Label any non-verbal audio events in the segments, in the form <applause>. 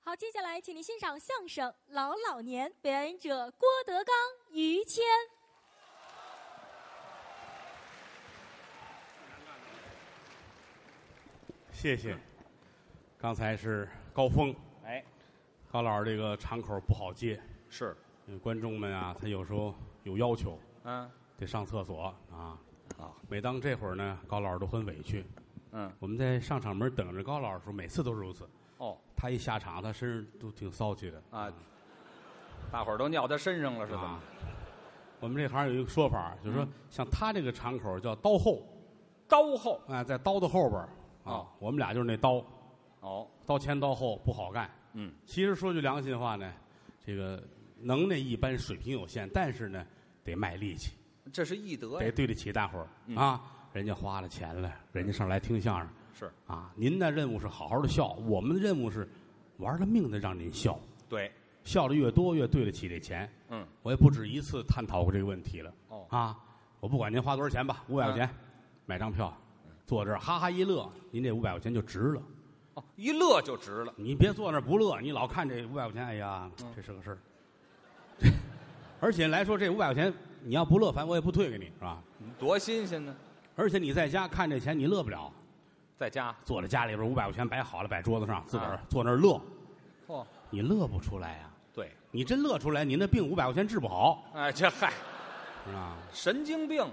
好，接下来请您欣赏相声《老老年》，表演者郭德纲、于谦。谢谢。嗯刚才是高峰，哎，高老师这个场口不好接，是，因为观众们啊，他有时候有要求，嗯，得上厕所啊。啊，每当这会儿呢，高老师都很委屈。嗯，我们在上场门等着高老师的时候，每次都如此。哦，他一下场，他身上都挺骚气的啊，大伙儿都尿他身上了，是嗯怎啊么？。我们这行有一个说法，就是说像他这个场口叫刀后刀后，啊，在刀的后边儿啊哦，我们俩就是那刀，哦，刀前刀后不好干。嗯，其实说句良心话呢，这个能耐一般，水平有限，但是呢，得卖力气，这是义德得呀，对得起大伙儿、嗯啊。人家花了钱了，人家上来听相声是啊。您的任务是好好的笑，我们的任务是玩了命的让您笑，对，笑的越多越对得起这钱。嗯，我也不止一次探讨过这个问题了。哦嗯啊，我不管您花多少钱吧，五百块钱、买张票，坐这儿哈哈一乐，您这五百块钱就值了。哦，一乐就值了，你别坐那儿不乐，你老看这五百块钱，哎呀，嗯这是个事儿。 <laughs> 而且来说，这五百块钱你要不乐，反正我也不退给你，是吧？多新鲜呢，而且你在家看这钱，你乐不了，在家，坐在家里边五百块钱摆好了，摆桌子上，自个儿啊坐那儿乐，哦，你乐不出来呀、对，你真乐出来，你那病五百块钱治不好，哎，这嗨，是吧？神经病，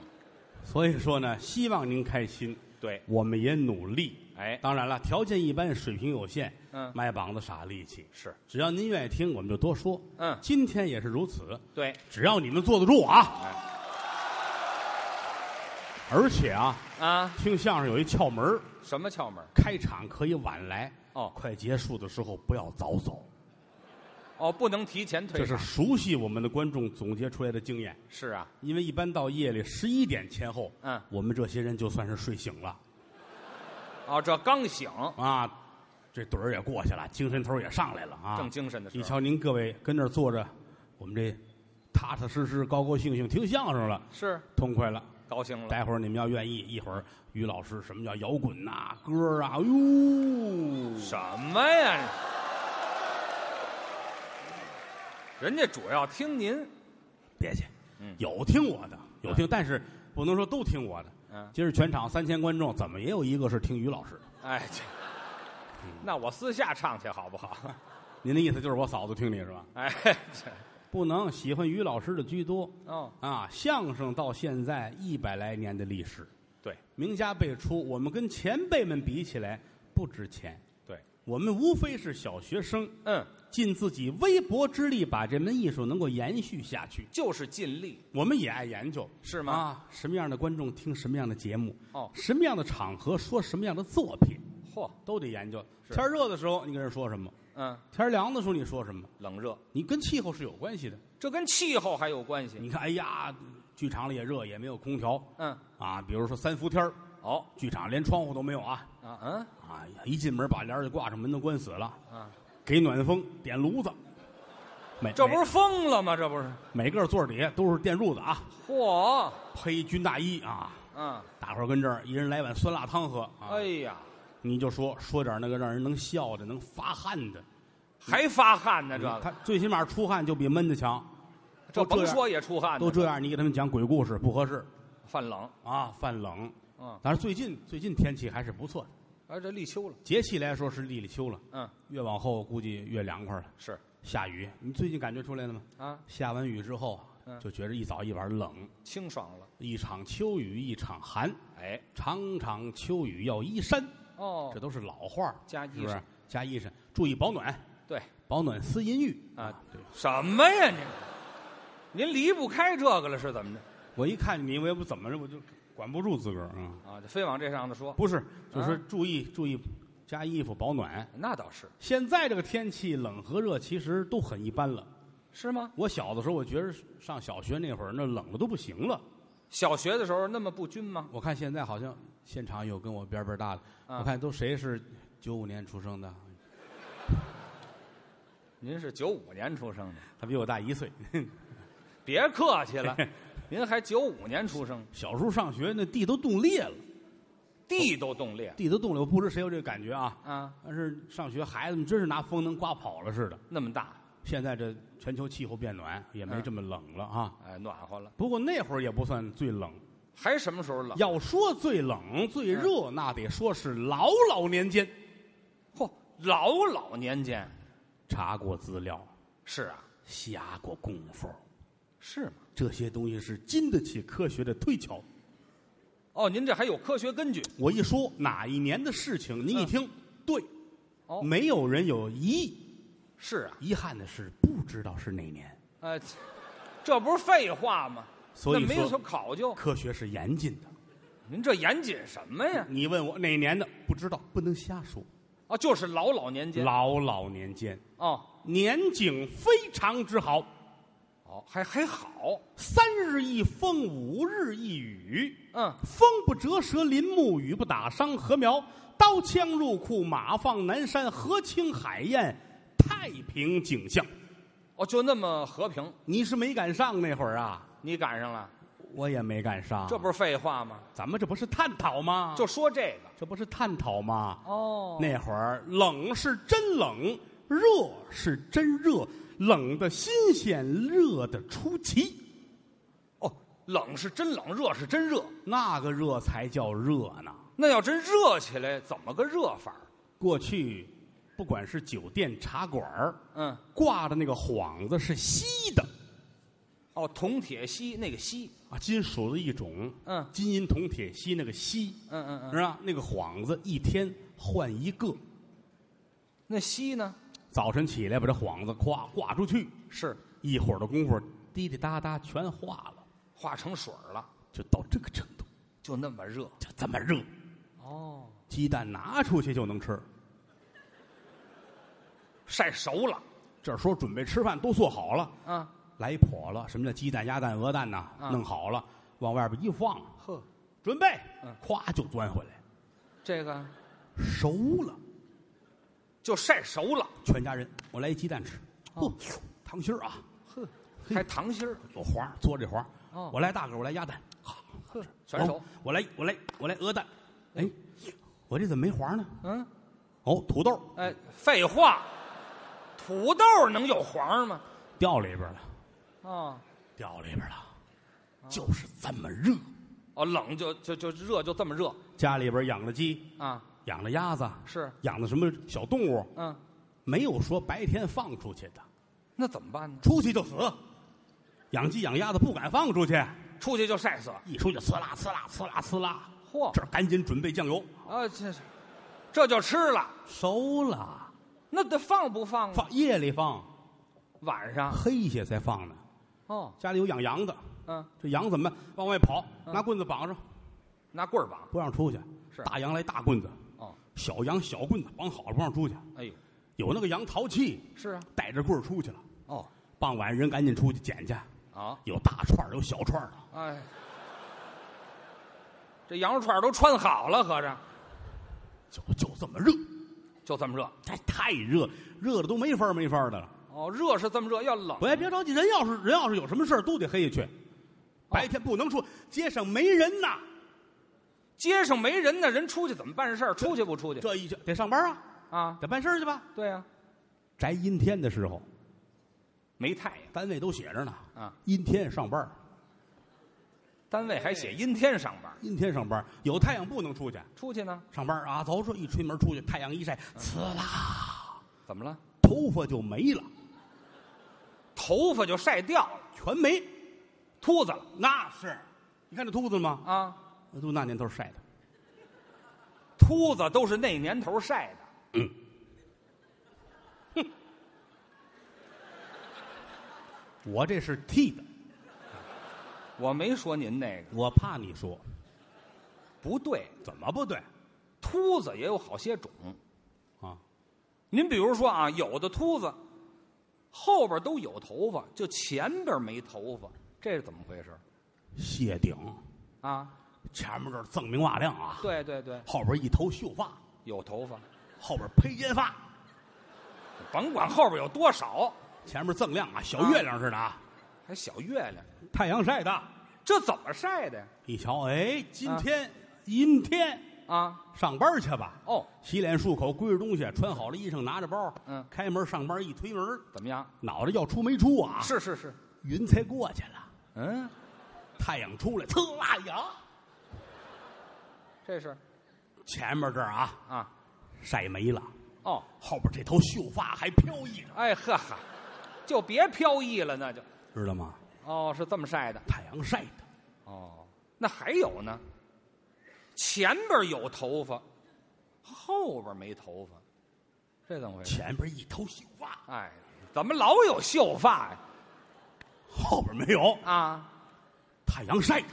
所以说呢，希望您开心，对，我们也努力。哎，当然了，条件一般，水平有限，嗯卖膀子傻力气。是，只要您愿意听，我们就多说。嗯今天也是如此。对，只要你们坐得住啊！哎，而且啊，啊，听相声有一窍门儿什么窍门儿？开场可以晚来，哦快结束的时候不要早走。哦，不能提前这退是场，熟悉我们的观众总结出来的经验，是啊，因为一般到夜里十一点前后，嗯我们这些人就算是睡醒了哦，这刚醒，啊，这盹儿也过去了，精神头儿也上来了啊。正精神的你时瞧，候，您各位跟那儿坐着，我们这踏踏实实、高高兴兴听相声了，是痛快了。高兴了，待会儿你们要愿意，一会儿于老师什么叫摇滚呐、歌儿啊，哎呦，什么呀？人家主要听您，别去，嗯有听我的，有听，但是不能说都听我的。嗯，今儿全场三千观众，怎么也有一个是听于老师的。哎，这，嗯那我私下唱去好不 <laughs> 好？您的意思就是我嫂子听你是吧？哎，这，不能，喜欢于老师的居多哦，啊。相声到现在一百来年的历史，对名家辈出，我们跟前辈们比起来不值钱，对，我们无非是小学生，嗯，尽自己微薄之力把这门艺术能够延续下去。就是尽力，我们也爱研究，是吗啊，什么样的观众听什么样的节目，哦什么样的场合说什么样的作品，嚯，都得研究。是天儿热的时候，你跟人说什么；嗯，天儿凉的时候，你说什么。冷热，你跟气候是有关系的。这跟气候还有关系。你看，哎呀，剧场里也热，也没有空调嗯，啊。比如说三伏天儿哦，剧场连窗户都没有啊。啊，嗯，哎呀，一进门把帘儿就挂上，门都关死了，啊，给暖风，点炉子。每这不是疯了吗？这不是，每每个座儿底下都是电褥子啊，嚯，披军大衣啊，嗯，大伙儿跟这儿一人来碗酸辣汤喝啊。哎呀，你就说说点那个让人能笑的、能发汗的。还发汗呢，这个，嗯他最起码出汗就比闷的强。这都这甭样说也出汗呢，都这样，你给他们讲鬼故事不合适犯冷，啊，犯冷。嗯，但是最近最近天气还是不错的，而哎这立秋了，节气来说是立立秋了，嗯，越往后估计越凉快了。是下雨，你最近感觉出来了吗？啊，下完雨之后，嗯就觉着一早一晚冷，清爽了，一场秋雨一场寒，哎，场场秋雨要衣衫，哦这，都是老话儿加是衣不裳是，？加衣裳，注意保暖，对，保暖思淫欲啊，对。什么呀您？您离不开这个了，是怎么着？我一看你，我也不怎么着，我就管不住自个儿啊。啊，就非往这上头说，不是，就是说注意、注意，加衣服保暖。那倒是，现在这个天气冷和热其实都很一般了。是吗？我小的时候，我觉着上小学那会儿，那冷的都不行了。小学的时候那么不均吗？我看现在好像现场有跟我边儿边儿大的，啊我看都谁是九五年出生的，您是九五年出生的，他比我大一岁。别客气了，您还九五年出生，小时候上学那地都冻裂了，地都冻裂地都冻了，我不知谁有这个感觉啊。啊，但是上学孩子们真是拿风能刮跑了似的。那么大，现在这全球气候变暖，也没嗯这么冷了啊。哎，暖和了。不过那会儿也不算最冷，还什么时候冷？要说最冷最热，那得说是老老年间。嚯，老老年间查过资料，是啊，下过功夫，是吗？这些东西是经得起科学的推敲。哦，您这还有科学根据我一说哪一年的事情，您一听，对，哦没有人有疑义。是啊，遗憾的是，不知道是哪年。呃，这不是废话吗？所以那没有说什么考究，科学是严谨的。您这严谨什么呀？你问我哪年的，不知道，不能瞎说。啊，就是老老年间老老年间，哦年景非常之好，哦，还还好，三日一风，五日一雨。嗯，风不折舌林木，雨不打伤禾苗。刀枪入库，马放南山，河清海晏，太平景象。哦，就那么和平，你是没赶上那会儿啊？你赶上了，我也没赶上。这不是废话吗？咱们这不是探讨吗？就说这个这不是探讨吗？啊哦那会儿冷是真冷，热是真热，冷的新鲜，热的出奇。哦，冷是真冷，热是真热。那个热才叫热呢。那要真热起来，怎么个热法儿？过去，不管是酒店、茶馆儿嗯，挂的那个幌子是锡的哦，铜铁锡那个锡，啊，金属的一种，嗯金银铜铁锡那个锡，嗯嗯嗯，是吧？那个幌子一天换一个，那锡呢？早晨起来把这幌子咵挂出去，是一会儿的功夫滴滴答答全化了，化成水儿了，就到这个程度，就那么热。就这么热。哦，鸡蛋拿出去就能吃。晒熟了这时候准备吃饭都做好了，啊，来破了。什么叫鸡蛋、鸭蛋、鹅蛋呐？啊弄好了，往外边一放，呵，准备嗯，咵就钻回来，这个熟了。就晒熟了，全家人，我来一鸡蛋吃。哦，糖心儿啊，呵，还糖心儿，有黄儿，嘬这黄儿。哦我来大个儿，我来鸭蛋，呵，全熟哦。我来，我来，我来鹅蛋。哎，我这怎么没黄呢？嗯，哦，土豆哎，废话，土豆能有黄儿吗？掉里边了，哦掉里边了，就是这么热。哦，冷就就就热就这么热家里边养了鸡，啊，养了鸭子，是养的什么小动物，嗯，没有说白天放出去的，那怎么办呢？出去就死。养鸡养鸭子不敢放出去，出去就晒死了。一出去呲啦呲啦呲啦呲啦，嚯这儿赶紧准备酱油，啊，这是这就吃了，熟了，那得放不放啊？放夜里放，晚上黑些才放呢。哦，家里有养羊的，嗯，这羊怎么办？往外跑，嗯拿棍子绑上，拿棍儿绑不让出去。是大羊来大棍子，哦，小羊小棍子绑好了不让出去。哎呦，有那个羊淘气，是啊，带着棍儿出去了。哦，傍晚人赶紧出去捡去，啊，有大串儿有小串儿的，哎，这羊肉串儿都穿好了，合着就就这么热。就这么热。太太热，热的都没法儿没法儿的了。哦，热是这么热，要冷不要别着急，人要是人要是有什么事儿都得黑下去，白天不能出，街上没人呐。街上没人呢，人出去怎么办事儿？出去不出去这一下得上班啊，啊？得办事儿去吧。对啊呀，宅阴天的时候，没太阳单位都写着呢，啊，阴天上班儿，单位还写阴天上班，阴天上班儿，有太阳不能出去出去呢上班儿啊。走说一吹门出去，太阳一晒，呲啦，怎么了？头发就没了，头发就晒掉了，全没。秃子了那是，你看这秃子吗？啊！都那年头晒的，秃子都是那年头晒的，我这是剃的，我没说您那个我怕你说不对，怎么不对秃子也有好些种。啊？您比如说啊，有的秃子后边都有头发，就前边没头发，这是怎么回事谢顶。啊？前面这儿锃明瓦亮啊，对对对，后边一头秀发，有头发，后边披肩发，甭管后边有多少，前面锃亮啊，小啊月亮似的啊，还小月亮，太阳晒的。这怎么晒的呀？一瞧，哎，今天阴天，啊，上班去吧。哦，洗脸漱口，归置东西，穿好了衣裳，拿着包，嗯，开门上班一推门，怎么样？脑袋要出没出啊？是是是，云彩过去了，嗯，太阳出来，呲啦呀！这是前面这儿啊啊，晒没了，哦，后边这头秀发还飘逸着，哎呵哈，就别飘逸了，那就知道吗？哦，是这么晒的太阳晒的，哦。那还有呢，前边有头发，后边没头发，这怎么回事？前边一头秀发，哎，怎么老有秀发呀？后边没有，啊，太阳晒的。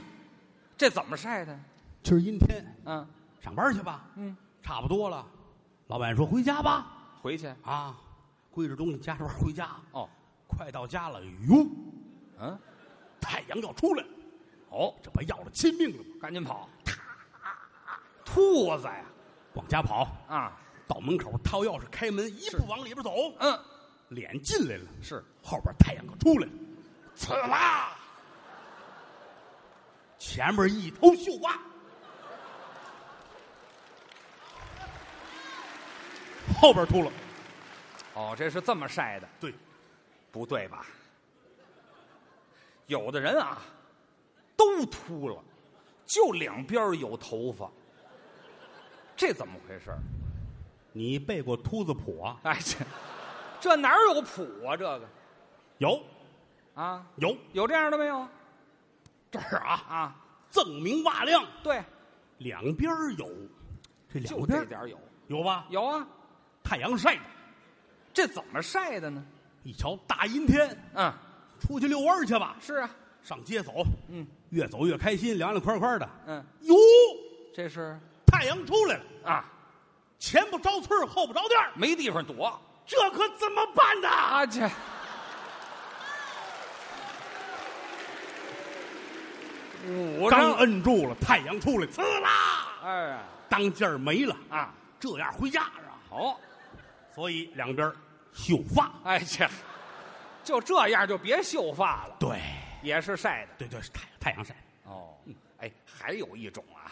这怎么晒的？今儿阴天，嗯，上班去吧。嗯，差不多了。老板说回家吧。回去啊，归置东西，夹着包回家。哦，快到家了，哟，嗯，太阳要出来了，哦，这不要了亲命了吗？赶紧跑，兔子呀，往家跑，啊，到门口掏钥匙开门，一步往里边走，嗯，脸进来了，是后边太阳可出来了，刺啦！前面一头绣花，后边秃了。哦，这是这么晒的，对，不对吧？有的人啊，都秃了，就两边儿有头发，这怎么回事儿？你背过秃子谱啊？哎，这这哪儿有谱啊？这个有啊，有，有这样的没有？这儿啊，啊，锃明瓦亮，对，两边儿有，这两就边这儿点儿有，有吧？有啊，太阳晒着，这怎么晒的呢？一瞧大阴天，嗯，出去遛弯儿去吧，是啊，上街走，嗯越走越开心，凉凉快快的。嗯，哟，这是太阳出来了，啊，前不着村儿后不着店儿没地方躲这可怎么办呐？啊，这捂刚上，摁住了，太阳出来，呲啦，哎呀当劲儿没了，啊，这样回家是吧？好，所以两边儿秀发，哎这就这样就别秀发了，对也是晒的对对，是太太阳晒。哦。哎，还有一种啊，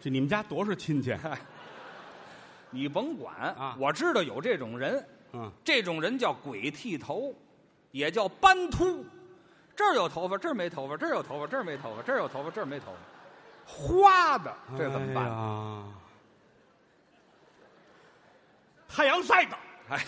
这你们家多少亲戚？你甭管啊我知道有这种人，嗯，这种人叫鬼剃头，也叫斑秃。这儿有头发，这儿没头发，这儿有头发，这儿没头发，这儿有头发，这儿没头发，花的，这怎么哎办？办？太阳晒的，哎呀，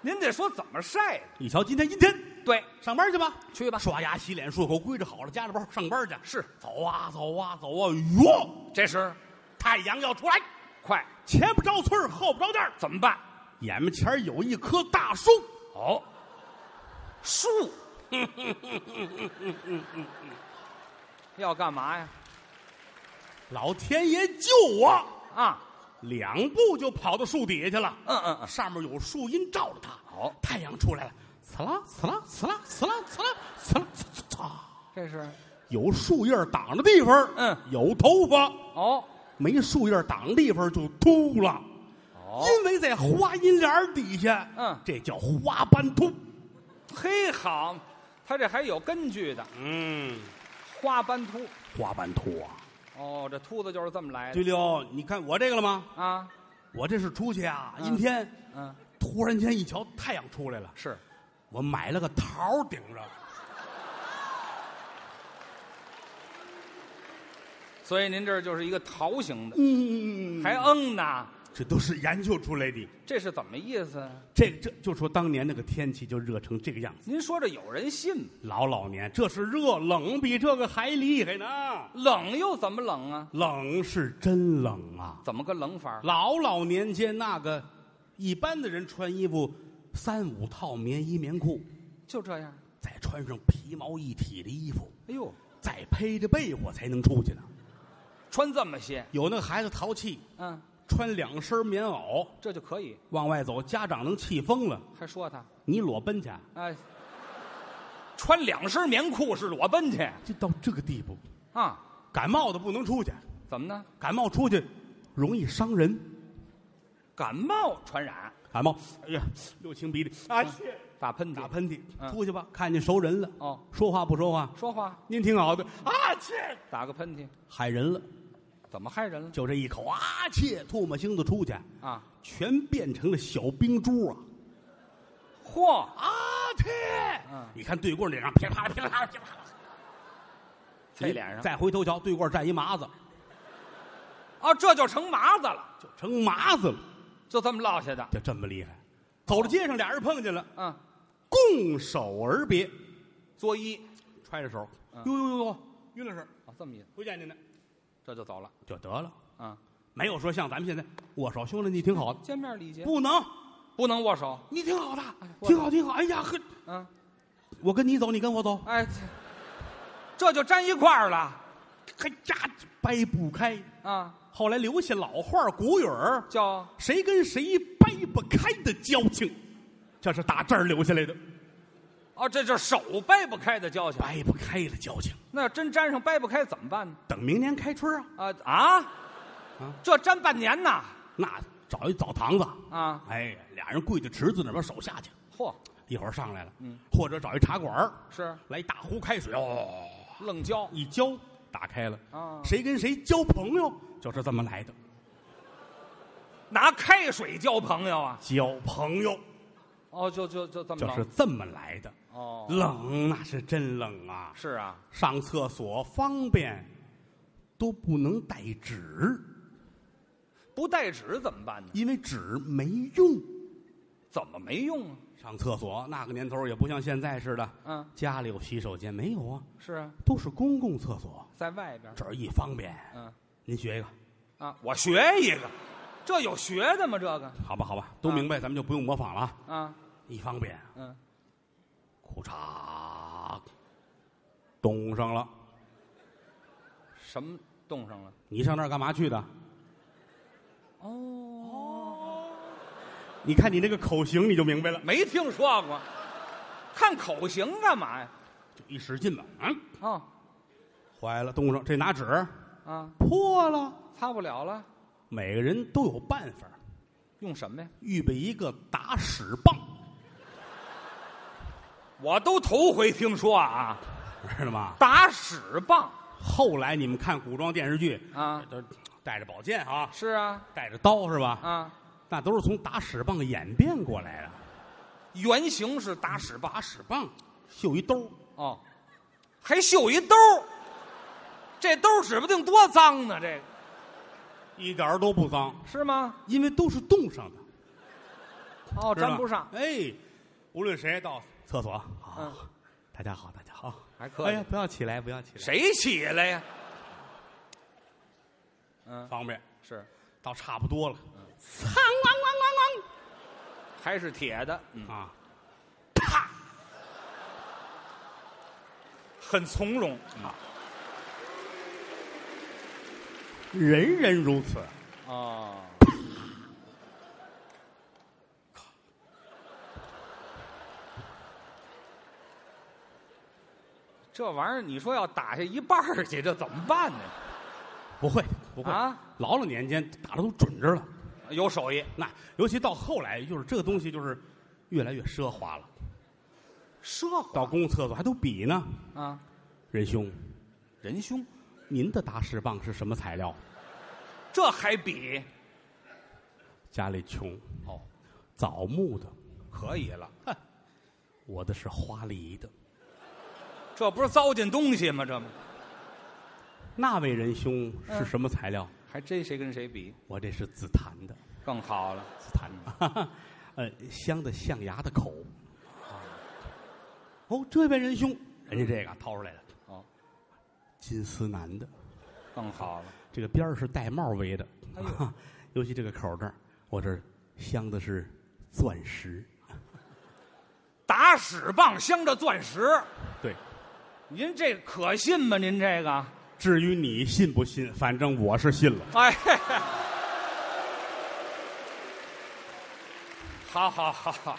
您得说怎么晒的。你瞧今天阴天，对，上班去吧，去吧刷牙、洗脸、漱口，归置好了，夹着包上班去。是，走啊，走啊，走啊！哟，这是太阳要出来，快，前不着村儿后不着店儿怎么办？眼门前儿有一棵大树，哦，树，要干嘛呀？老天爷救我！啊，两步就跑到树底下去了，嗯嗯嗯，上面有树荫照着他。好太阳出来了，呲啦呲啦呲啦呲啦呲啦呲啦呲呲呲，这是有树叶挡着地方，嗯，有头发，哦没树叶挡地方就秃了，哦，因为在花阴帘儿底下，嗯这叫花斑秃。嘿好，他这还有根据的，嗯，花斑秃。花斑秃啊，哦，这秃子就是这么来的对了，你看我这个了吗？啊，我这是出去啊，嗯阴天，嗯，突然间一瞧太阳出来了，是我买了个桃儿顶着，所以您这儿就是一个桃形的，嗯，还嗯呢，这都是研究出来的。这是怎么意思？这这就说当年那个天气就热成这个样子，您说这有人信吗？老老年这是热，冷比这个还厉害呢。冷又怎么冷啊？冷是真冷啊！怎么个冷法儿？老老年间那个一般的人穿衣服三五套棉衣棉裤，就这样。再穿上皮毛一体的衣服，哎呦，再披着被窝才能出去呢。穿这么些，有那个孩子淘气，嗯，穿两身棉袄这就可以。往外走，家长能气疯了。还说他，你裸奔去啊，哎，穿两身棉裤是裸奔去就到这个地步，啊？感冒的不能出去，怎么呢？感冒出去容易伤人。感冒传染，感冒，哎呀，六清鼻涕，啊，打喷嚏，打喷嚏，嗯出去吧，看见熟人了，哦，说话不说话？ <laughs> 说话您挺好的，啊，切，打个喷嚏，害人了，怎么害人了就这一口啊，切唾沫星子出去，啊？全变成了小冰珠啊！嚯，啊切！嗯你看对棍脸上噼里啪啦噼里啪啦噼里啪啦，在脸上再回头瞧，对棍站一麻子，啊，这就成麻子了，就成麻子了，就这么落下的。就这么厉害。走到街上，俩人碰见了，嗯，拱手而别，作揖，揣着手，嗯呦呦呦呦，于老师，啊，这么一，不见您呢，这就走了。就得了。啊，没有说像咱们现在握手，兄弟你挺好的，见面礼节，不能，不能握手。你挺好的哎，我挺好挺好。哎呀呵，嗯，我跟你走，你跟我走，哎，这这就粘一块儿了还呀掰不开。啊，后来留下老话儿古语儿，叫谁跟谁掰不开的交情，这是打这儿留下来的，哦，这就是手掰不开的交情。掰不开的交情。那要真粘上掰不开怎么办呢？等明年开春啊，啊啊啊，这粘半年呐那找一澡堂子，啊！哎，俩人跪在池子那边手下去，嚯，一会儿上来了，嗯或者找一茶馆儿是来一大壶开水，哦，愣交一浇打开了，啊，谁跟谁交朋友就是这么来的，拿开水交朋友啊？交朋友哦，就就就这么就着是这么来的。哦，冷那是真冷啊，是啊，上厕所方便都不能带纸，不带纸怎么办呢？因为纸没用。怎么没用啊？上厕所那个年头也不像现在似的，嗯，家里有洗手间没有啊？是啊，都是公共厕所，在外边儿。这儿一方便。嗯您学一个，啊，我学一个，这有学的吗？这个好吧，好吧，都啊明白，咱们就不用模仿了啊。啊，一方便，嗯，裤衩冻上了。什么冻上了？你上那儿干嘛去的？哦，你看你那个口型，你就明白了。没听说过，看口型干嘛呀？就一使劲吧，嗯，哦，坏了，冻上。这拿纸啊，破了。擦不了了，每个人都有办法，用什么呀？预备一个打屎棒，我都头回听说啊，知道吗？打屎棒后来你们看古装电视剧，啊，都带着宝剑啊，是啊带着刀是吧？啊，那都是从打屎棒演变过来的。原型是打屎棒打屎棒绣一兜，哦，还绣一兜儿这兜儿指不定多脏呢，这个一点儿都不脏，是吗？因为都是冻上的，哦，知道沾吧不上，哎，无论谁到厕所，啊嗯大家好，大家好。还可哎以呀。，不要起来，不要起来，谁起来呀？嗯，方便？是，倒差不多了，还是铁的，嗯，啊，很从容。啊人人如此。啊哦，这玩意儿，你说要打下一半儿去，这怎么办呢？不会，不会啊！老老年间打的都准着了。有手艺，那尤其到后来，就是这个东西就是越来越奢华了。奢到公共厕所还都比呢。啊，仁兄，仁兄，您的打屎棒是什么材料？这还比家里穷，哦，枣木的；可以了，我的是花梨的。这不是糟践东西吗？这不那位仁兄是什么材料？还真谁跟谁比我这是紫檀的，更好了？紫檀的， <laughs> 呃，香的象牙的口。哦，这位仁兄，人家这个掏出来了，哦，金丝楠的，更好了。这个边儿是带帽围的，哎 <laughs> 尤其这个口这儿，我这儿镶的是钻石。打屎棒镶着钻石，对，您这可信吗？您这个，至于你信不信，反正我是信了。哎，嘿嘿好好好好，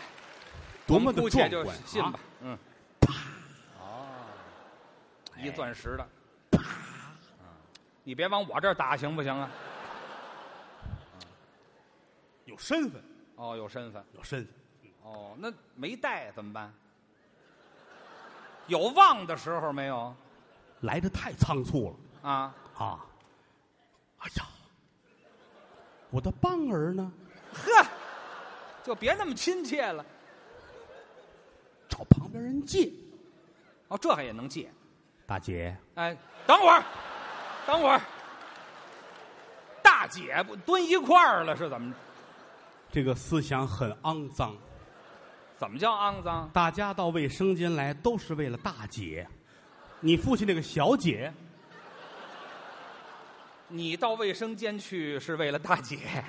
多么的姑壮且就观信吧啊！，嗯，哎哦，一钻石的，嗯你别往我这儿打行不行啊？有身份，哦，有身份，有身份。哦，那没带怎么办？有忘的时候没有来的太仓促了啊？啊！哎呀，我的棒儿呢？呵，就别那么亲切了。找旁边人借。哦，这还也能借？大姐，哎，等会儿，等会儿，大姐不蹲一块儿了是怎么？这个思想很肮脏，怎么叫肮脏？大家到卫生间来都是为了大姐。你父亲那个小姐，你到卫生间去是为了大姐？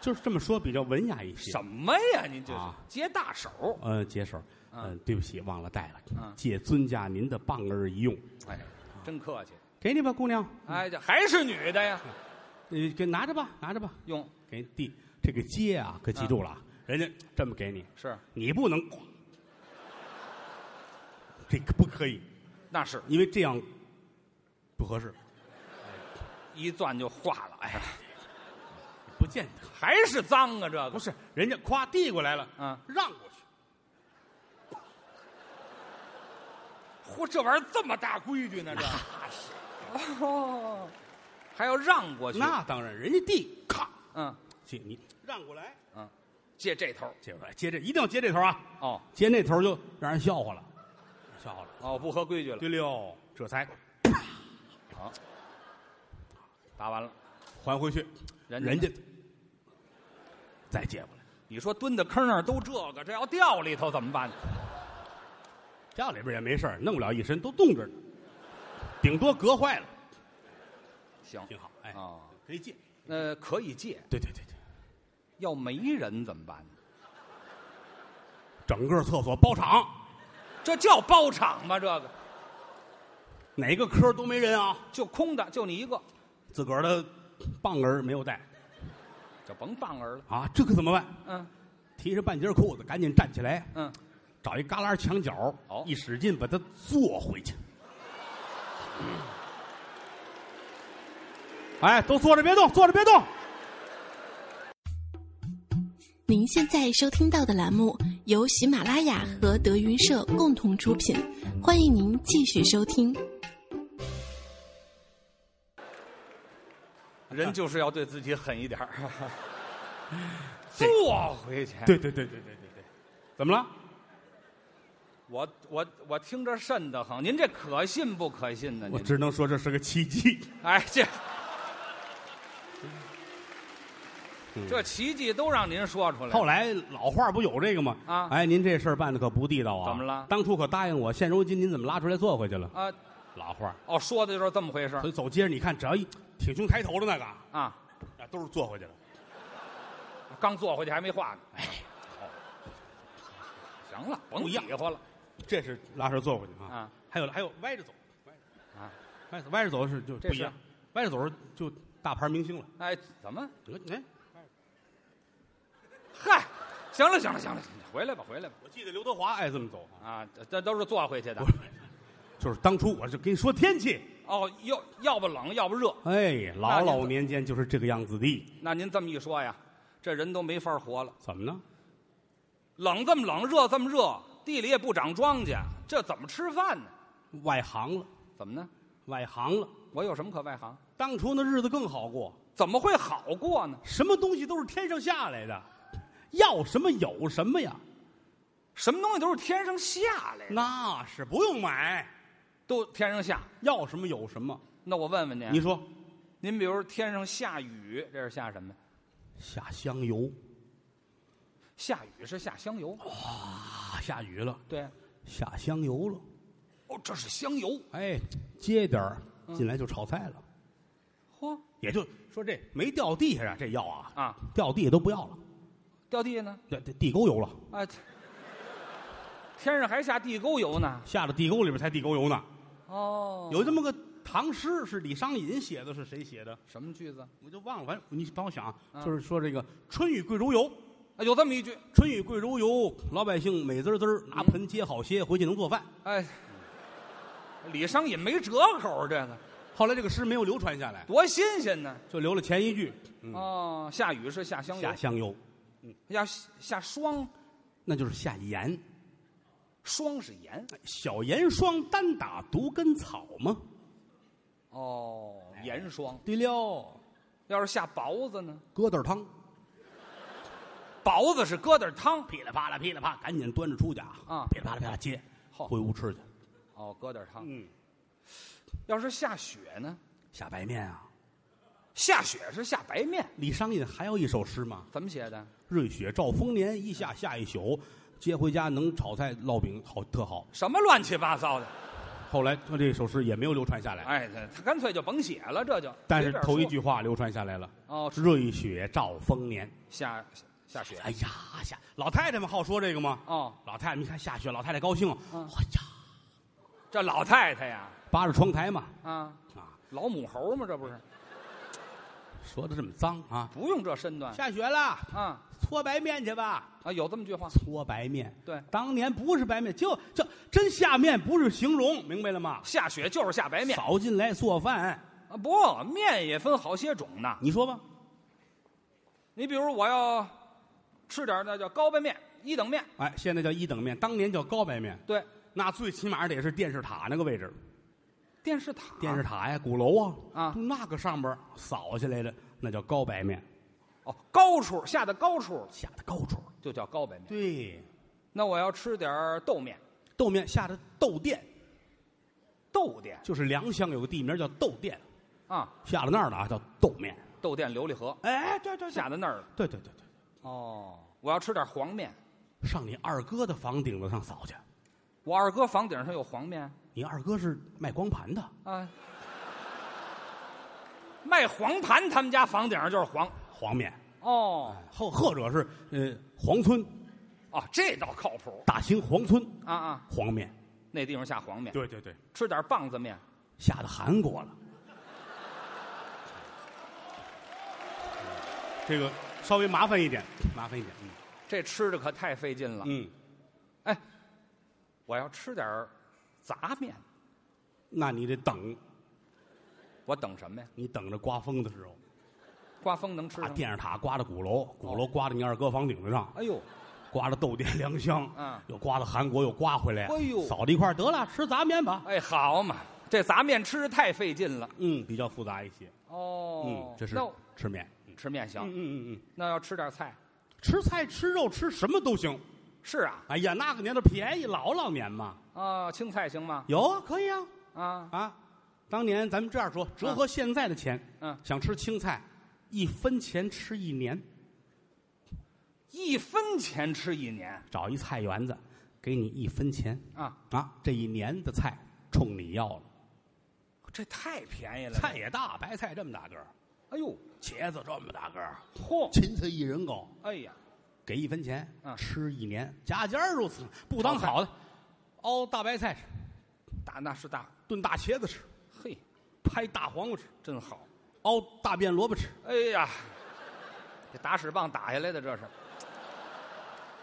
就是这么说比较文雅一些。什么呀？你这是啊接大手？呃，解手，嗯嗯、对不起，忘了带了，嗯借尊驾您的棒儿一用，哎，真客气。给你吧，姑娘，哎，这还是女的呀？你给拿着吧，拿着吧，用给你递。这个接啊，可记住了，啊，人家这么给你，是你不能，这个不可以，那是因为这样不合适，一攥就化了。哎呀，不见得。还是脏啊！这个不是，人家夸递过来了，嗯让过去，嚯，这玩意儿这么大规矩呢？这哦，还要让过去？那当然，人家递，咔，嗯，接你让过来，借这头接过来，接这一定要接这头啊，哦接那头就让人笑话了，笑话了。哦，不合规矩了，对溜，这才打完了。还回去，人人家家再接过来，你说蹲在坑那儿都这个，这要掉里头怎么办？家里边也没事儿弄不了一身，都冻着呢，顶多隔坏了，行挺好。哎，哦，可以借。呃，可以借，对对对对，要没人怎么办？整个厕所包场，这叫包场吗？这个哪个科都没人啊，就空的，就你一个，自个儿的棒儿没有带就甭棒儿了。啊，这可怎么办？嗯提着半截裤子，赶紧站起来，嗯，找一旮旯墙角，哦一使劲把它坐回去。嗯哎，都坐着别动，坐着别动。您现在收听到的栏目由喜马拉雅和德云社共同出品，欢迎您继续收听。人就是要对自己狠一点 <laughs> 儿，坐回去。对对对对对对对，怎么了？我我我听着瘆得慌，您这可信不可信呢？我您只能说这是个奇迹。哎这嗯这奇迹都让您说出来了。 <laughs> 后来老话不有这个吗？啊哎，您这事儿办的可不地道啊！怎么了当初可答应我，现如今您怎么拉出来坐回去了？啊老话儿，哦，说的就是这么回事儿所以走街上你看，只要一挺胸抬头的那个，啊，啊。都是坐回去了。刚坐回去还没画呢。哎，行了，甭不一样比划了。这是拉着坐回去啊。啊还有还有歪着走，啊，歪着走歪着走是就这不一样是，歪着走就大牌明星了。哎，怎么？得哎，嗨，行了，行了，行了，行了，回来吧，回来吧。我记得刘德华爱这么走啊，啊，这这都是坐回去的不。是，就是当初我就跟你说天气，哦，要要不冷，要不热。哎，老那您老年间就是这个样子的。那您这么一说呀，这人都没法活了。怎么呢？冷这么冷，热这么热，地里也不长庄稼，这怎么吃饭呢？外行了，怎么呢？外行了。我有什么可外行？当初那日子更好过，怎么会好过呢？什么东西都是天上下来的，要什么有什么呀，什么东西都是天上下来的，那是不用买，都天上下。要什么有什么。那我问问您，啊你说您比如天上下雨，这是下什么？下香油下雨是下香油，啊，下雨了，对，下香油了，哦，这是香油，哎，接点儿进来就炒菜了，嚯也就说这没掉地下啊，这药啊，啊，掉地下都不要了，掉地下呢，这这地沟油了，啊，天上还下地沟油呢，下到地沟里边才地沟油呢。哦，有这么个唐诗是李商隐写的，是谁写的？什么句子啊？我就忘了，反正你帮我想嗯啊，就是说这个春雨贵如油，啊有这么一句，春雨贵如油，老百姓美滋滋儿拿盆接好些，回去能做饭。哎，李商隐没折口，这个后来这个诗没有流传下来，多新鲜呢！就留了前一句哦，下雨是下香“油嗯下，香油要下霜，”，那就是下盐。霜是哎盐，小盐霜单打独根草嘛，哦，哎盐霜。对了，要是下雹子呢？疙瘩汤，雹子是疙瘩汤，噼里啪啦噼里啪，赶紧端着出去啊！啊噼里啪啦噼里啪啦接，好回屋吃去。哦，疙瘩汤。嗯，要是下雪呢？下白面啊。下雪是下白面，李商隐还有一首诗嘛，怎么写的？瑞雪兆丰年，一下下一宿，接回家能炒菜烙饼，好特好。什么乱七八糟的？后来他这首诗也没有流传下来，哎，他他干脆就甭写了，这就。但是随便头一说句话流传下来了：哦，瑞雪兆丰年。下下雪。哎呀，下老太太们好说这个吗？哦，老太太们一看下雪，老太太高兴，嗯哎呀，这老太太呀，扒着窗台嘛，啊，啊，老母猴嘛，这不是说的这么脏啊，不用这身段下雪了，啊搓白面去吧，啊，有这么句话。搓白面。对，当年不是白面，就这真下面不是形容，明白了吗？下雪就是下白面扫进来做饭，啊，不，面也分好些种呢。你说吧，你比如我要吃点儿那叫高白面、一等面，哎，现在叫一等面，当年叫高白面，对，那最起码得是电视塔那个位置，电视塔，电视塔呀，鼓楼啊，啊就那个上边扫下来的，那叫高白面，哦，高处下的高处下的高处。就叫高白面。对，那我要吃点儿豆面，豆面下的豆店，豆店就是良乡有个地名叫豆店，啊，下了那儿的啊叫豆面。豆店琉璃河哎，对对对，下在那儿了。对对对对，哦，我要吃点儿黄面，上你二哥的房顶子上扫去。我二哥房顶上有黄面你二哥是卖光盘的，啊。卖黄盘，他们家房顶上就是黄。黄面，哦，后或者是呃黄村哦，这倒靠谱大兴黄村啊啊！黄面。那地方下黄面，对对对，吃点棒子面，下到韩国了。这个稍微麻烦一点，麻烦一点。这吃着可太费劲了。嗯，哎，我要吃点儿杂面，那你得等，我等什么呀？你等着刮风的时候，刮风能吃把上？电视塔刮到鼓楼，鼓楼刮到你二哥房顶子上，哎呦，刮到豆店良乡，嗯又刮到韩国，又刮回来，哎呦扫到一块儿得了，吃杂面吧。哎，好嘛，这杂面吃着太费劲了。嗯，比较复杂一些。哦，嗯，这是那我吃面。吃面嗯行，嗯嗯嗯，那要吃点菜。吃菜吃肉吃什么都行。是啊，哎呀，那个年头便宜，老老年嘛，啊，青菜行吗？有啊，可以啊啊，啊。当年咱们这样说，折合现在的钱，嗯想吃青菜，一分钱吃一年，一分钱吃一年找一菜园子，给你一分钱啊，啊，这一年的菜冲你要了。这太便宜了。菜，也大，白菜这么大个儿，哎呦，茄子这么大个儿，嚯，芹菜一人高，哎呀，给一分钱，嗯吃一年，家家如此，不当啊好的，熬大白菜吃，大那是大，炖大茄子吃，嘿，拍大黄瓜吃，真好。熬大便萝卜吃。哎呀，这打屎棒打下来的这是。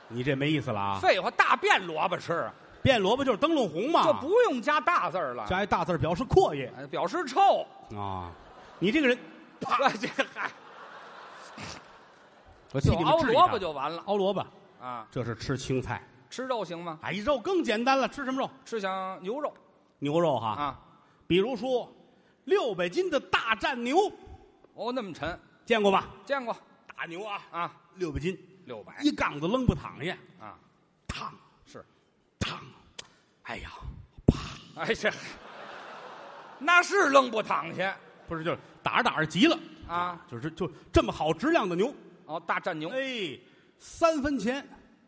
你这没意思了啊！废话，大便萝卜吃啊，变萝卜就是灯笼红嘛，这不用加大字儿了，啊加一大字儿表示阔爷哎表示臭。啊！你这个人，哎 <laughs> 这嗨，我替就你们熬治一萝下卜就完了熬萝卜，啊。这是吃青菜。吃肉行吗？哎，肉更简单了，吃什么肉？吃想牛肉牛肉哈，啊，比如说六百斤的大战牛，哦，那么沉，见过吧？见过大牛啊，啊，六百斤，六百一杠子扔不躺下，啊，躺是。躺，哎呀，哎这， <laughs> 那是扔不躺下不是，就是打着打着急了，啊。就是就这么好质量的牛，哦，大战牛，哎，三分钱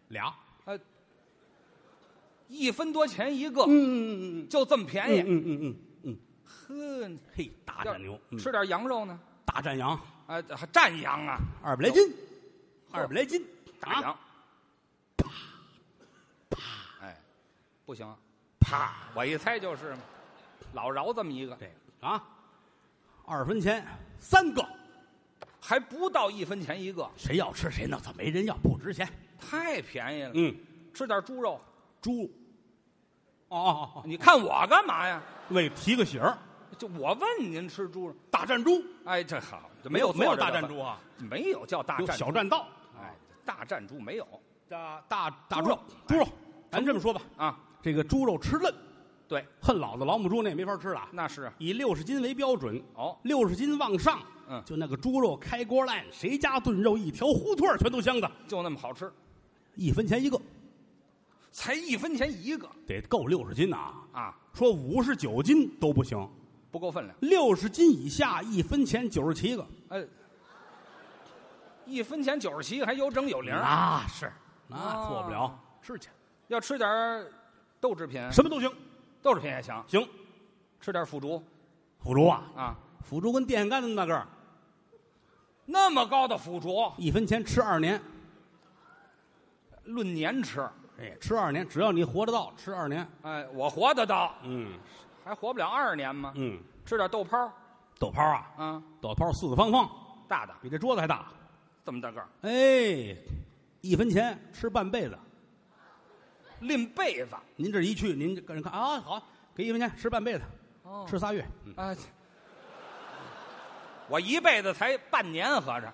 俩，呃，一分多钱一个，嗯嗯就这么便嗯宜。嗯嗯嗯，呵，嘿，大要战牛，嗯吃点羊肉呢？大战羊，哎，还战羊啊，二百来斤，二百来斤，打羊啊，，哎，不行，啪，我一猜就是嘛，老饶这么一个，这个啊，二分钱三个，还不到一分钱一个，谁要吃谁弄，他没人要，不值钱。太便宜了。嗯，吃点猪肉，猪，哦哦哦，你看我干嘛呀？为提个醒儿，就我问您吃猪肉，大战猪哎，这好，这没有没有做这大战个吧猪，啊，没有叫大有战小猪，战道，哎，大战猪没有大大大猪猪哎肉，猪肉，咱这么说吧，啊？这个猪肉吃嫩，对，恨老子老母猪那也没法吃了。那是啊以六十斤为标准，哦，六十斤往上，嗯就那个猪肉开锅烂，谁家炖肉一条胡同儿全都香的，就那么好吃，一分钱一个，才一分钱一个得够六十斤啊！啊，说五十九斤都不行，不够分量。六十斤以下一分钱九十七个，哎，一分钱九十七，还有整有零儿，啊那是那哦错不了，吃去要吃点儿豆制品，什么都行，豆制品也行，行。吃点腐竹腐竹啊，啊，腐竹跟电线杆子那么大个儿，那么高的腐竹，一分钱吃二年，论年吃，哎，吃二年，只要你活得到，吃二年。哎，我活得到，嗯还活不了二十年吗？嗯，吃点豆泡儿豆泡啊，啊，豆泡四四方方，大的比这桌子还大。这么大个儿，哎，一分钱吃半辈子。拎被子，您这一去，您就跟人看啊，好，给一分钱吃半辈子，哦吃仨月。嗯，啊，我一辈子才半年合着，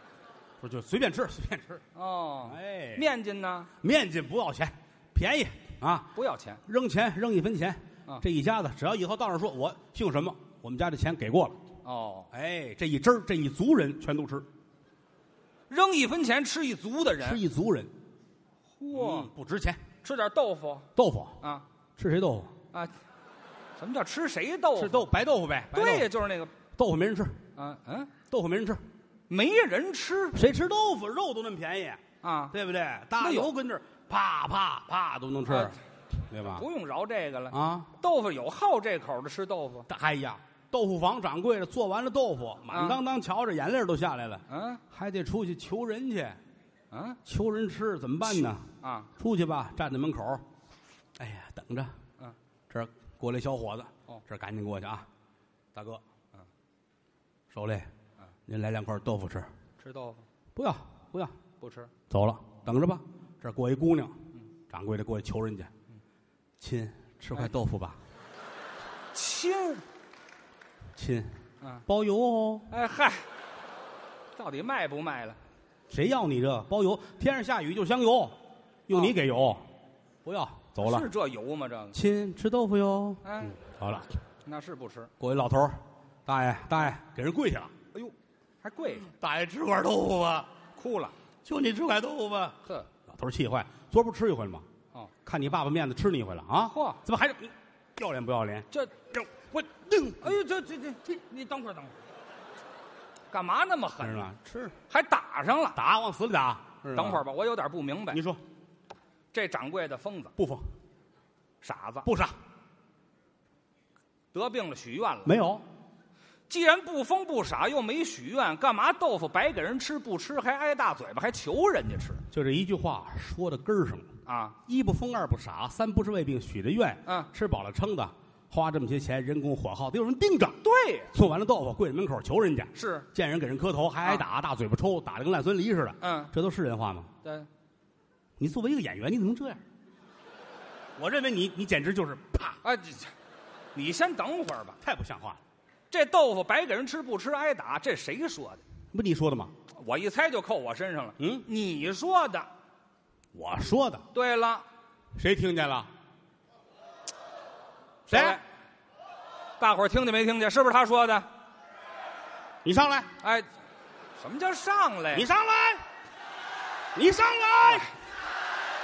不是就随便吃，随便吃。哦，哎，面筋呢面筋不要钱，便宜啊，不要钱，扔钱扔一分钱啊。这一家子只要以后到那儿说我姓什么，我们家这钱给过了。哦，哎，这一支儿这一族人全都吃，扔一分钱吃一族的吃人，哦一族人。嚯、嗯不值钱。吃点豆腐豆腐啊吃谁豆腐？啊，什么叫吃谁豆腐？吃豆白豆腐呗。白豆腐对呀，，就是那个，豆腐没人吃，啊嗯，豆腐没人吃，没人吃谁吃豆腐？肉都那么便宜，啊，对不对？大那有油跟这儿啪啪啪都能吃啊，对吧？不用饶这个了。啊，豆腐有好这口的吃豆腐，哎呀，豆腐房掌柜的做完了豆腐，满当当瞧着眼泪都下来了，嗯还得出去求人去，嗯求人吃怎么办呢？啊，出去吧，站在门口，哎呀，等着。嗯，这儿过来小伙子，哦这儿赶紧过去啊，大哥，嗯，受累，嗯，您来两块豆腐吃，吃豆腐不要不要，不吃，走了，等着吧。这儿过一姑娘，掌柜的过去求人家，亲，吃块哎豆腐吧，亲，亲，嗯，包邮哦，哎嗨，到底卖不卖了？谁要你这包邮？天上下雨就香油，用你哦给油，不要走了是。这油吗？这个，亲，吃豆腐哟。嗯哎，好了，那是不吃。过一老头儿，大爷大爷，给人跪下了。哎呦，还跪下，大爷吃块豆腐吧，哭了，就你吃块豆腐吧。呵，老头儿气坏，昨儿不吃一回了吗？哦，看你爸爸面子吃你一回了啊？嚯怎么还是要脸不要脸？这这我嗯定，哎呦，这这这这，你等会儿等会儿，干嘛那么知狠道啊？吗？吃还打上了。打往死里打。知道吗等会儿吧，我有点不明白啊你。说这掌柜的疯子、不疯傻子，不傻得病了许愿了。没有？既然不疯不傻，又没许愿，干嘛豆腐白给人吃不吃，还挨大嘴巴，还求人家吃就这一句话说到根儿上了。啊？一不疯，二不傻，三不是胃病，许着愿。嗯吃饱了撑的，花这么些钱，人工火耗得有人盯着。对，做完了豆腐，跪在门口求人家，是，见人给人磕头，还挨打，大嘴巴抽，打的跟烂孙梨似的。嗯，这都是人话吗？对，你作为一个演员，你怎么能这样？我认为你你简直就是啪，哎，这这你先等会儿吧。太不像话了。这豆腐白给人吃不吃挨打，这谁说的？不你说的吗？我一猜就扣我身上了。嗯，你说的。我说的，对了，谁听见了？谁谁？大伙儿听见没听见？是不是他说的？你上来，哎，什么叫上来？你上来，你上来，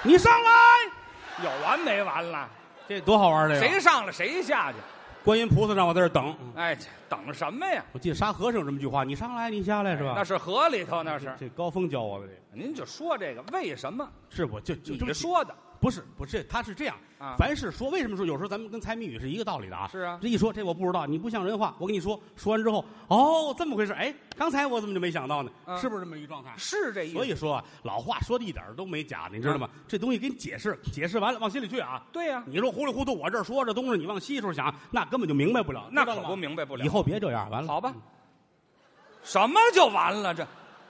你上来，有完没完了？这多好玩儿！这个谁上来谁下去？观音菩萨让我在这儿等。哎，等什么呀？我记得沙和尚有这么句话：“你上来，你下来，是吧？”那是河里头，那是。这高峰教我的，这您就说这个为什么？是我就就这你么说的不是不是，他是这样啊凡是说，为什么说有时候咱们跟猜谜语是一个道理的啊？是啊这一说这我不知道，你不像人话。我跟你说，说完之后，哦，这么回事？哎，刚才我怎么就没想到呢？嗯是不是这么一状态？是这意思。所以说啊，老话说的一点儿都没假，你知道吗？这东西给你解释，解释完了往心里去啊。对呀、你说糊里糊涂，我这儿说这东西，你往西处想，那根本就明白不了，那知道可吗不明白不了以后别这样，完了，嗯好吧，什么就完了这？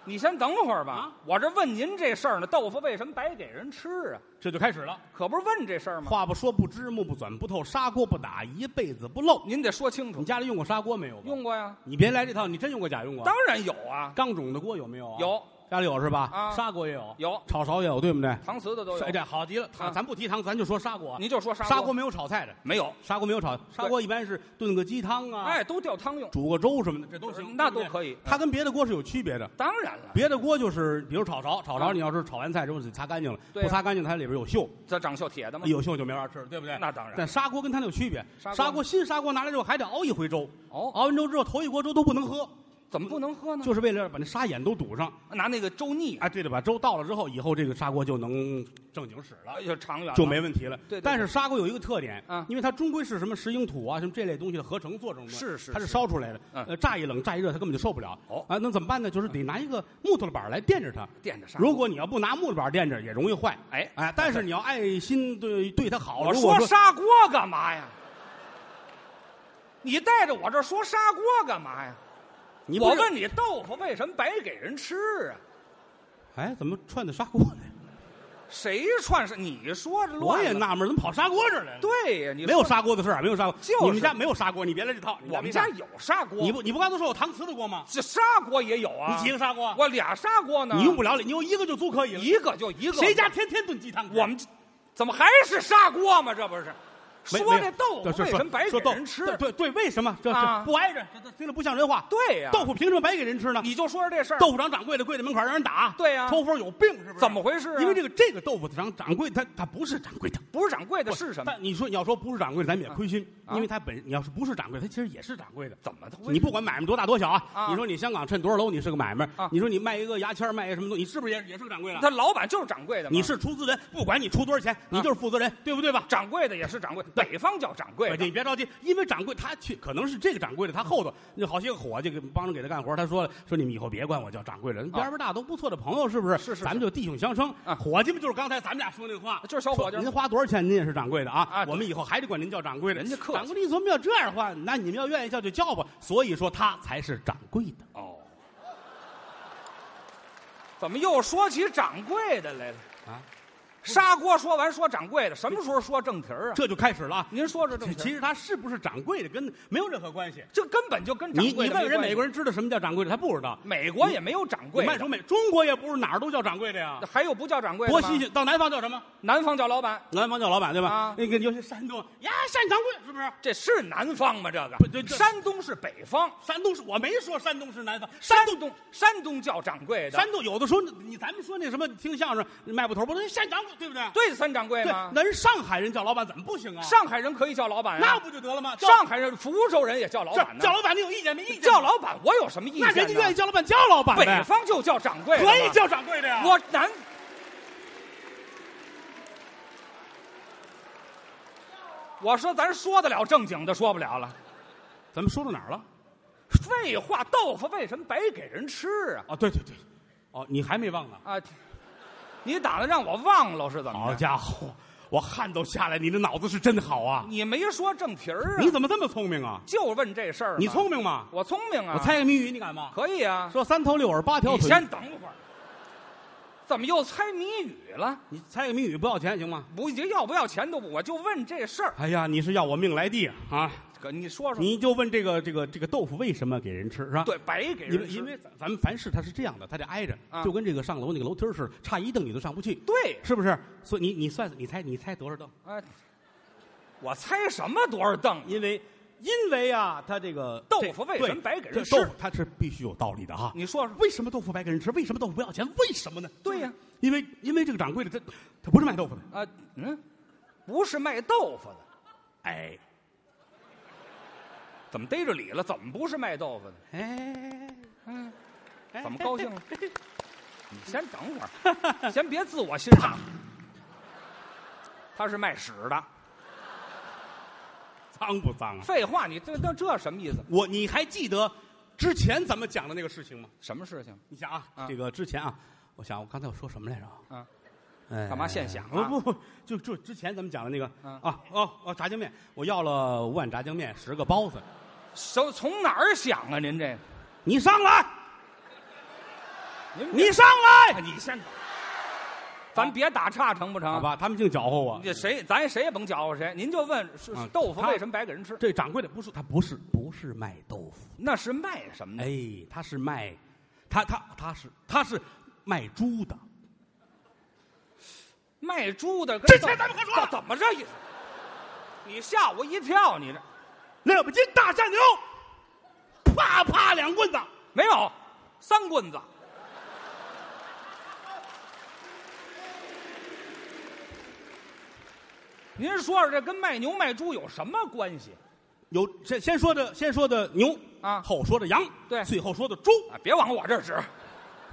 你先等会儿吧，啊我这问您这事儿呢，豆腐为什么白给人吃啊？这就开始了。可不是问这事儿吗？话不说不知，目不转不透，砂锅不打一辈子不漏。您得说清你楚。家里用过砂锅没有吧？用过呀？你别来这套，你真用过假用过？当然有啊，钢种的锅有没有啊？有。家里有是吧？啊砂锅也有，有炒勺也有，对不对？搪瓷的都哎，有。这好极了，啊咱咱不提汤，咱就说砂锅。啊你就说砂砂锅没有炒菜的，没有？砂锅没有炒，砂锅一般是炖个鸡汤啊，哎，都吊汤用，煮个粥什么的，这都行，对那不都对可以。嗯它跟别的锅是有区别的。当然了，别的锅就是，比如炒勺，炒勺啊你要是炒完菜之后得擦干净了，对啊不擦干净它里边有锈，这长锈铁的嘛。有锈就没法吃了，对不对？那当然。但砂锅跟它有区别，砂锅砂锅新砂锅拿来之后还得熬一回粥，哦，嗯熬完粥之后头一锅粥都不能喝，怎么不能喝呢？就是为了把那砂眼都堵上。拿那个粥腻，啊哎，对了，把粥倒了之后，以后这个砂锅就能正经使了哎。就长远了就没问题了。对对但是砂锅有一个特点，啊因为它终归是什么石英土啊，什么这类东西的合成做成的，是是它是是烧出来的。嗯呃，乍一冷乍一热，它根本就受不了。哦嗯啊，那怎么办呢？就是得拿一个木头的板儿来垫着它。垫着砂锅。如果你要不拿木头板儿垫着，也容易坏。哎哎，但是你要爱心对对它好。我如果哦说砂锅干嘛呀？你带着我这说砂锅干嘛呀？你不我是，问你，豆腐为什么白给人吃啊？哎，怎么串到砂锅来？谁串是？你说这我乱也了纳闷儿，怎么跑砂锅这儿来了？，对呀，你没有说砂锅的事儿，啊没有砂锅。就是你们家没有砂锅，你别来这套。你我们家没有砂锅，你不你不刚才说有搪瓷的锅吗？这砂锅也有啊？你几个砂锅？我俩砂锅呢？你用不了，你用一个就足可以了。一个就一个，谁家天天炖鸡汤吃？我们怎么还是砂锅嘛？这不是没说没这豆对腐是为说什么白给说豆人吃？对对对，为什么这啊这不挨着？这这听着不像人话。对呀，豆腐凭什么白给人吃呢？你就说说这事儿，豆腐厂掌柜的跪在门口让人打，对呀抽风有病是不是？怎么回事啊？因为这个这个豆腐厂掌柜他他不是掌柜的。不是掌柜的是什么？但你说你要说不是掌柜的，咱们也亏心，啊因为他本你要是不是掌柜，他其实也是掌柜的。怎么的？你不管买卖多大多小啊啊，你说你香港趁多少楼你是个买卖啊，你说你卖一个牙签儿卖一个什么东西，你是不是也也是个掌柜的？ <laughs> 他老板就是掌柜的嘛，你是出资人，不管你出多少钱，啊你就是负责人，对不对吧？掌柜的也是掌柜，北方叫掌柜哎，的你别着急，因为掌柜他去，可能是这个掌柜的，他后头那好些个伙计给帮着给他干活，他说了，说你们以后别管我叫掌柜了，边边大都不错的朋友，是不是？啊是是是咱们就弟兄相称。啊伙计们就是刚才咱们俩说那话，就是小伙计说您花多少钱，您也是掌柜的啊。啊我们以后还得管您叫掌柜的。人家客气掌柜的，你怎么要这样的话？那你们要愿意叫就叫吧。所以说他才是掌柜的。哦。怎么又说起掌柜的来了？啊，砂锅说完说掌柜的，什么时候说正题儿啊？这就开始了啊。您说说正其题儿，实他是不是掌柜的，跟没有任何关系。这根本就跟掌你柜你的问没人关系美国，人知道什么叫掌柜的，他不知道。美国也没有掌你柜卖的什，么美？中国也不是哪儿都叫掌柜的呀。还有不叫掌柜的多吗新！鲜！到南方叫什么？南方叫老板，南方叫老板对吧？啊那个尤其山东呀，山掌柜是不是？这是南方吗？这个不这这山东是北方，山东是我没说山东是南方，山山东山东叫掌柜的，山东有的时候你咱们说那什么听相声卖布头不是山掌柜对不对？对三掌柜吗？那人上海人叫老板怎么不行啊？上海人可以叫老板那啊，不就得了吗？叫上海人、福州人也叫老叫板呢叫。老板你有意见没意见？叫老板，我有什么意见那呢？人家愿意叫老板叫老板北呗，方就叫掌柜的嘛，可以叫掌柜的呀。我南。我说咱说得了正经的，说不了了。咱们说到哪儿了？废话，豆腐为什么白给人吃啊？哦，对对对，哦，你还没忘呢。啊，你打算让我忘了是怎么好着？家伙，我汗都下来，你的脑子是真好啊！你没说正题儿啊？你怎么这么聪明啊？就问这事儿？你聪？明吗？我聪明啊！我猜个谜语，你敢吗？可以啊。说三头六耳八条你腿，先等会儿，怎么又猜谜语了？你猜个谜语不要钱行吗？不，这要不要钱都不，我就问这事儿。哎呀，你是要我命来地啊！啊可你说说，你就问这个这个这个豆腐为什么给人吃是吧？对，白给因为人吃，因为咱咱们凡事它是这样的，它得挨着，啊就跟这个上楼那个楼梯儿似的，差一蹬你都上不去，对，是不是？所以你你算你猜你猜多少蹬？哎，我猜什么多少凳？啊因为因为啊，它这个豆这腐为对什么白给人这吃豆腐它是必须有道理的哈。你说说，为什么豆腐白给人吃？为什么豆腐不要钱？为什么呢？对呀因为因为这个掌柜的他他不是卖豆腐的，啊，嗯，不是卖豆腐的，哎怎么逮着理了？怎么不是卖豆腐的？哎，嗯，哎怎么高 <laughs> 兴了？你先等会儿，先别自我欣赏。他是卖屎的，脏不脏啊？废话，你这这这什么意思？我你还记得之前咱们讲的那个事情吗？什么事情？你想啊，啊这个之前啊，我想我刚才我说什么来着啊？啊哎，干嘛现想啊不 <laughs> 不，就就之前咱们讲的那个啊啊哦哦炸酱面，我要了五碗炸酱面，十个包子，从从哪儿想啊？您这，你上来，您别你上哎来，你先，咱别打岔成不成？好吧？他们净搅和我啊你。谁咱谁也甭搅和谁，您就问是啊豆腐他为什么白给人吃？这掌柜的不是他不是不是卖豆腐，嗯哎那是卖什么的？哎，他是卖，他他他是他是卖猪的，卖猪的跟这怎钱咱们可说了怎么这意思？你吓我一跳，你这两斤大战牛，啪啪两棍子，没有三棍子，您说说这跟卖牛卖猪有什么关系有先先说的先说的牛啊后说的羊，对最后说的猪，啊？别往我这儿指，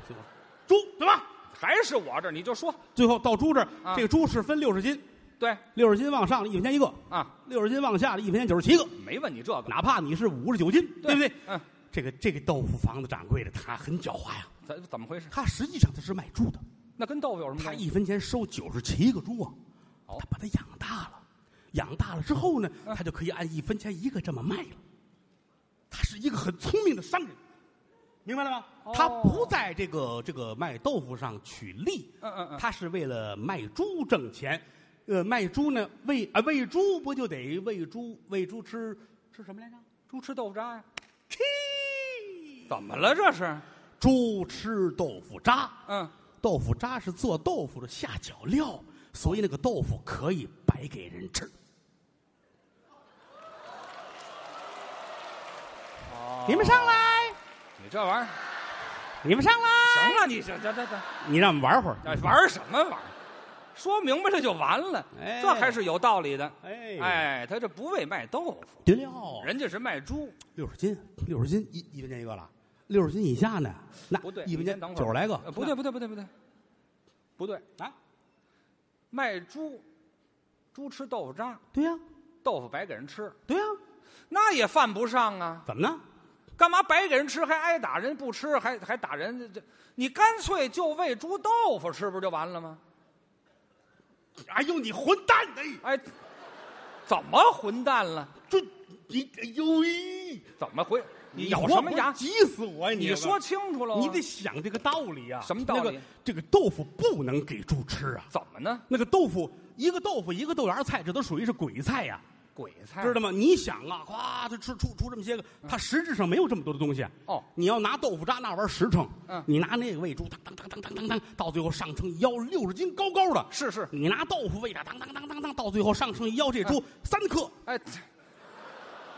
最后猪对吧？还是我这儿，你就说最后到猪这儿，啊这个猪是分六十斤，对六十斤往上的一分钱一个，啊，六十斤往下的一分钱九十七个，没问你这个，哪怕你是五十九斤，对不对？嗯，这个这个豆腐房子掌柜的他很狡猾呀，怎怎么回事？他实际上他是卖猪的，那跟豆腐有什么他关系？一分钱收九十七个猪啊，哦他把它养大了，养大了之后呢，嗯他就可以按一分钱一个这么卖了。他是一个很聪明的商人，明白了吗？哦他不在这个这个卖豆腐上取利，嗯嗯嗯他是为了卖猪挣钱。呃，卖猪呢，喂啊喂猪不就得喂猪喂猪吃吃什么来着？猪吃豆腐渣呀、吃怎么了这是？猪吃豆腐渣。嗯，豆腐渣是做豆腐的下脚料，所以那个豆腐可以白给人吃。你们上来，你这玩意儿你们上来，行了，啊你行行行行，你让我们玩会儿哎玩什么玩意儿？说明白了就完了，哎这还是有道理的。哎哎，他这不为卖豆腐，对了，人家是卖猪。六十斤，六十斤一一分钱一个了，六十斤以下呢，那不对，一分钱你先等会儿九十来个呃，不对，不对，不对，不对，不对，啊，卖猪，猪吃豆腐渣，对呀、豆腐白给人吃，对呀、那也犯不上啊。怎么呢？干嘛白给人吃还挨打？人不吃还还打人？这这，你干脆就喂猪豆腐吃不就完了吗？哎呦，你混蛋的，哎，怎么混蛋了？这你哎呦咦，怎么回？你咬咬什么牙？急死我呀！你说清楚了啊，你得想这个道理啊，什么道理那个这个豆腐不能给猪吃啊，怎么呢？那个豆腐一个豆腐一个豆芽菜，这都属于是鬼菜呀、鬼菜知道吗？你想啊，哗，就出出出这么些个，嗯它实质上没有这么多的东西。啊哦你要拿豆腐渣那玩意儿实诚，嗯你拿那个喂猪，当当当当当当当，到最后上称一腰六十斤高高的，是是，你拿豆腐喂它，当当当当当，到最后上称一腰，这猪三克哎， <laughs> 这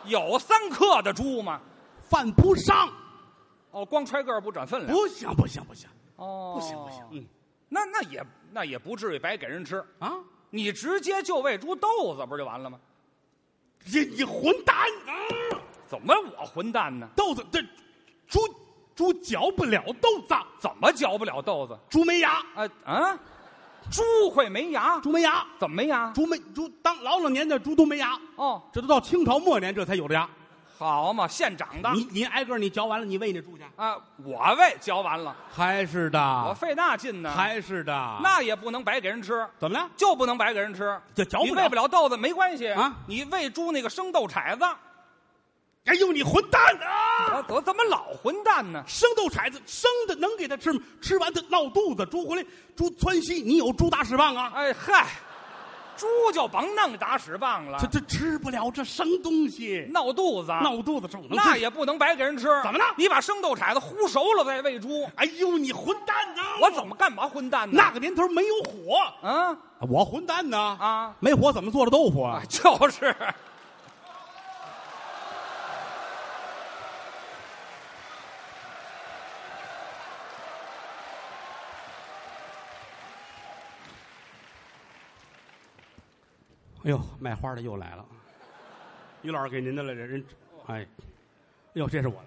有三克的猪吗？犯不上，哦，光揣个儿不转分量。不行不行不行哦，不行不行，嗯那那也那也不至于白给人吃，啊，你直接就喂猪豆子不就完了吗？你你混蛋！嗯怎么我混蛋呢？豆子，这猪猪嚼不了豆子，怎么嚼不了豆子？猪没牙，啊啊，猪会没牙？猪没牙，怎么没牙？猪没猪当老老年的猪都没牙，哦，这都到清朝末年这才有的牙。好嘛，现长的你你挨个你嚼完了，你喂那猪去？啊，我喂嚼完了，还是我的，费那劲呢，还是的。那也不能白给人吃，怎么了？就不能白给人吃。就嚼你不喂了不了豆子没关系啊你喂猪那个生豆铲子，哎呦，你混蛋啊！我怎么老混蛋呢？生豆铲子生的能给它吃吗？吃完它闹肚子，猪回来猪窜稀，你有猪大屎棒啊？哎嗨，猪就甭弄打屎棒了这，这吃不了这生东西，闹肚子，闹肚子是我能那吃。也不能白给人吃。怎么了你把生豆铲子烀熟了再喂猪，哎呦，你混蛋呐！我怎么干嘛混蛋呢？那个年头没有火，啊我混蛋呢啊没火怎么做的豆腐啊啊，？就是。哎呦，卖花的又来了，于老师给您的了，这人，哎，哎呦，这是我的。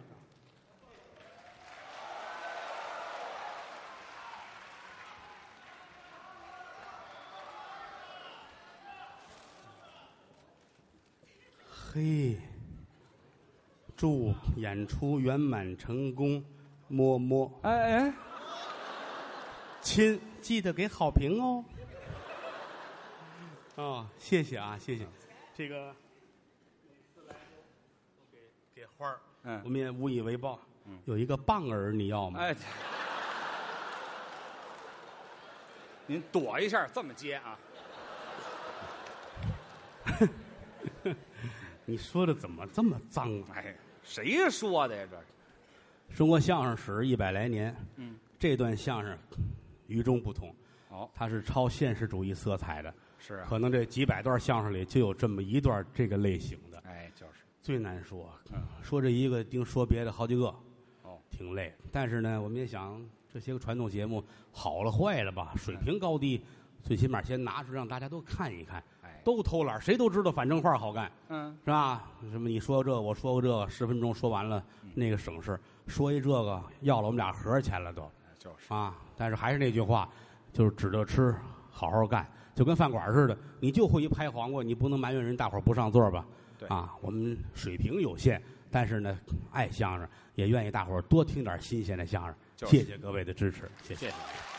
嘿，祝演出圆满成功，么么。哎哎，亲，记得给好评哦。哦，谢谢啊，谢谢。这个给给花儿，我嗯，们也无以为报。有一个棒儿，你要吗？哎，您躲一下，这么接啊？你说的怎么这么脏啊？哎，谁说的呀？这是中国相声史一百来年，嗯，这段相声与众不同，哦，它是超现实主义色彩的。是啊，可能这几百段相声里就有这么一段这个类型的，哎，就是，最难说。啊说这一个，盯说别的好几个，哦，挺累。但是呢，我们也想这些个传统节目好了坏了吧，水平高低，最起码先拿出让大家都看一看，哎，都偷懒，谁都知道反正话好干。嗯，是吧？什么你说这，我说过这个，十分钟说完了，那个省事。说一这个，要了我们俩盒儿钱了都哎就是，啊！但是还是那句话，就是指着吃，好好干，就跟饭馆似的。你就会一拍黄瓜，你不能埋怨人大伙儿不上座吧？对啊，我们水平有限，但是呢，爱相声，也愿意大伙儿多听点新鲜的相声。就是谢谢各位的支持，谢谢。谢谢。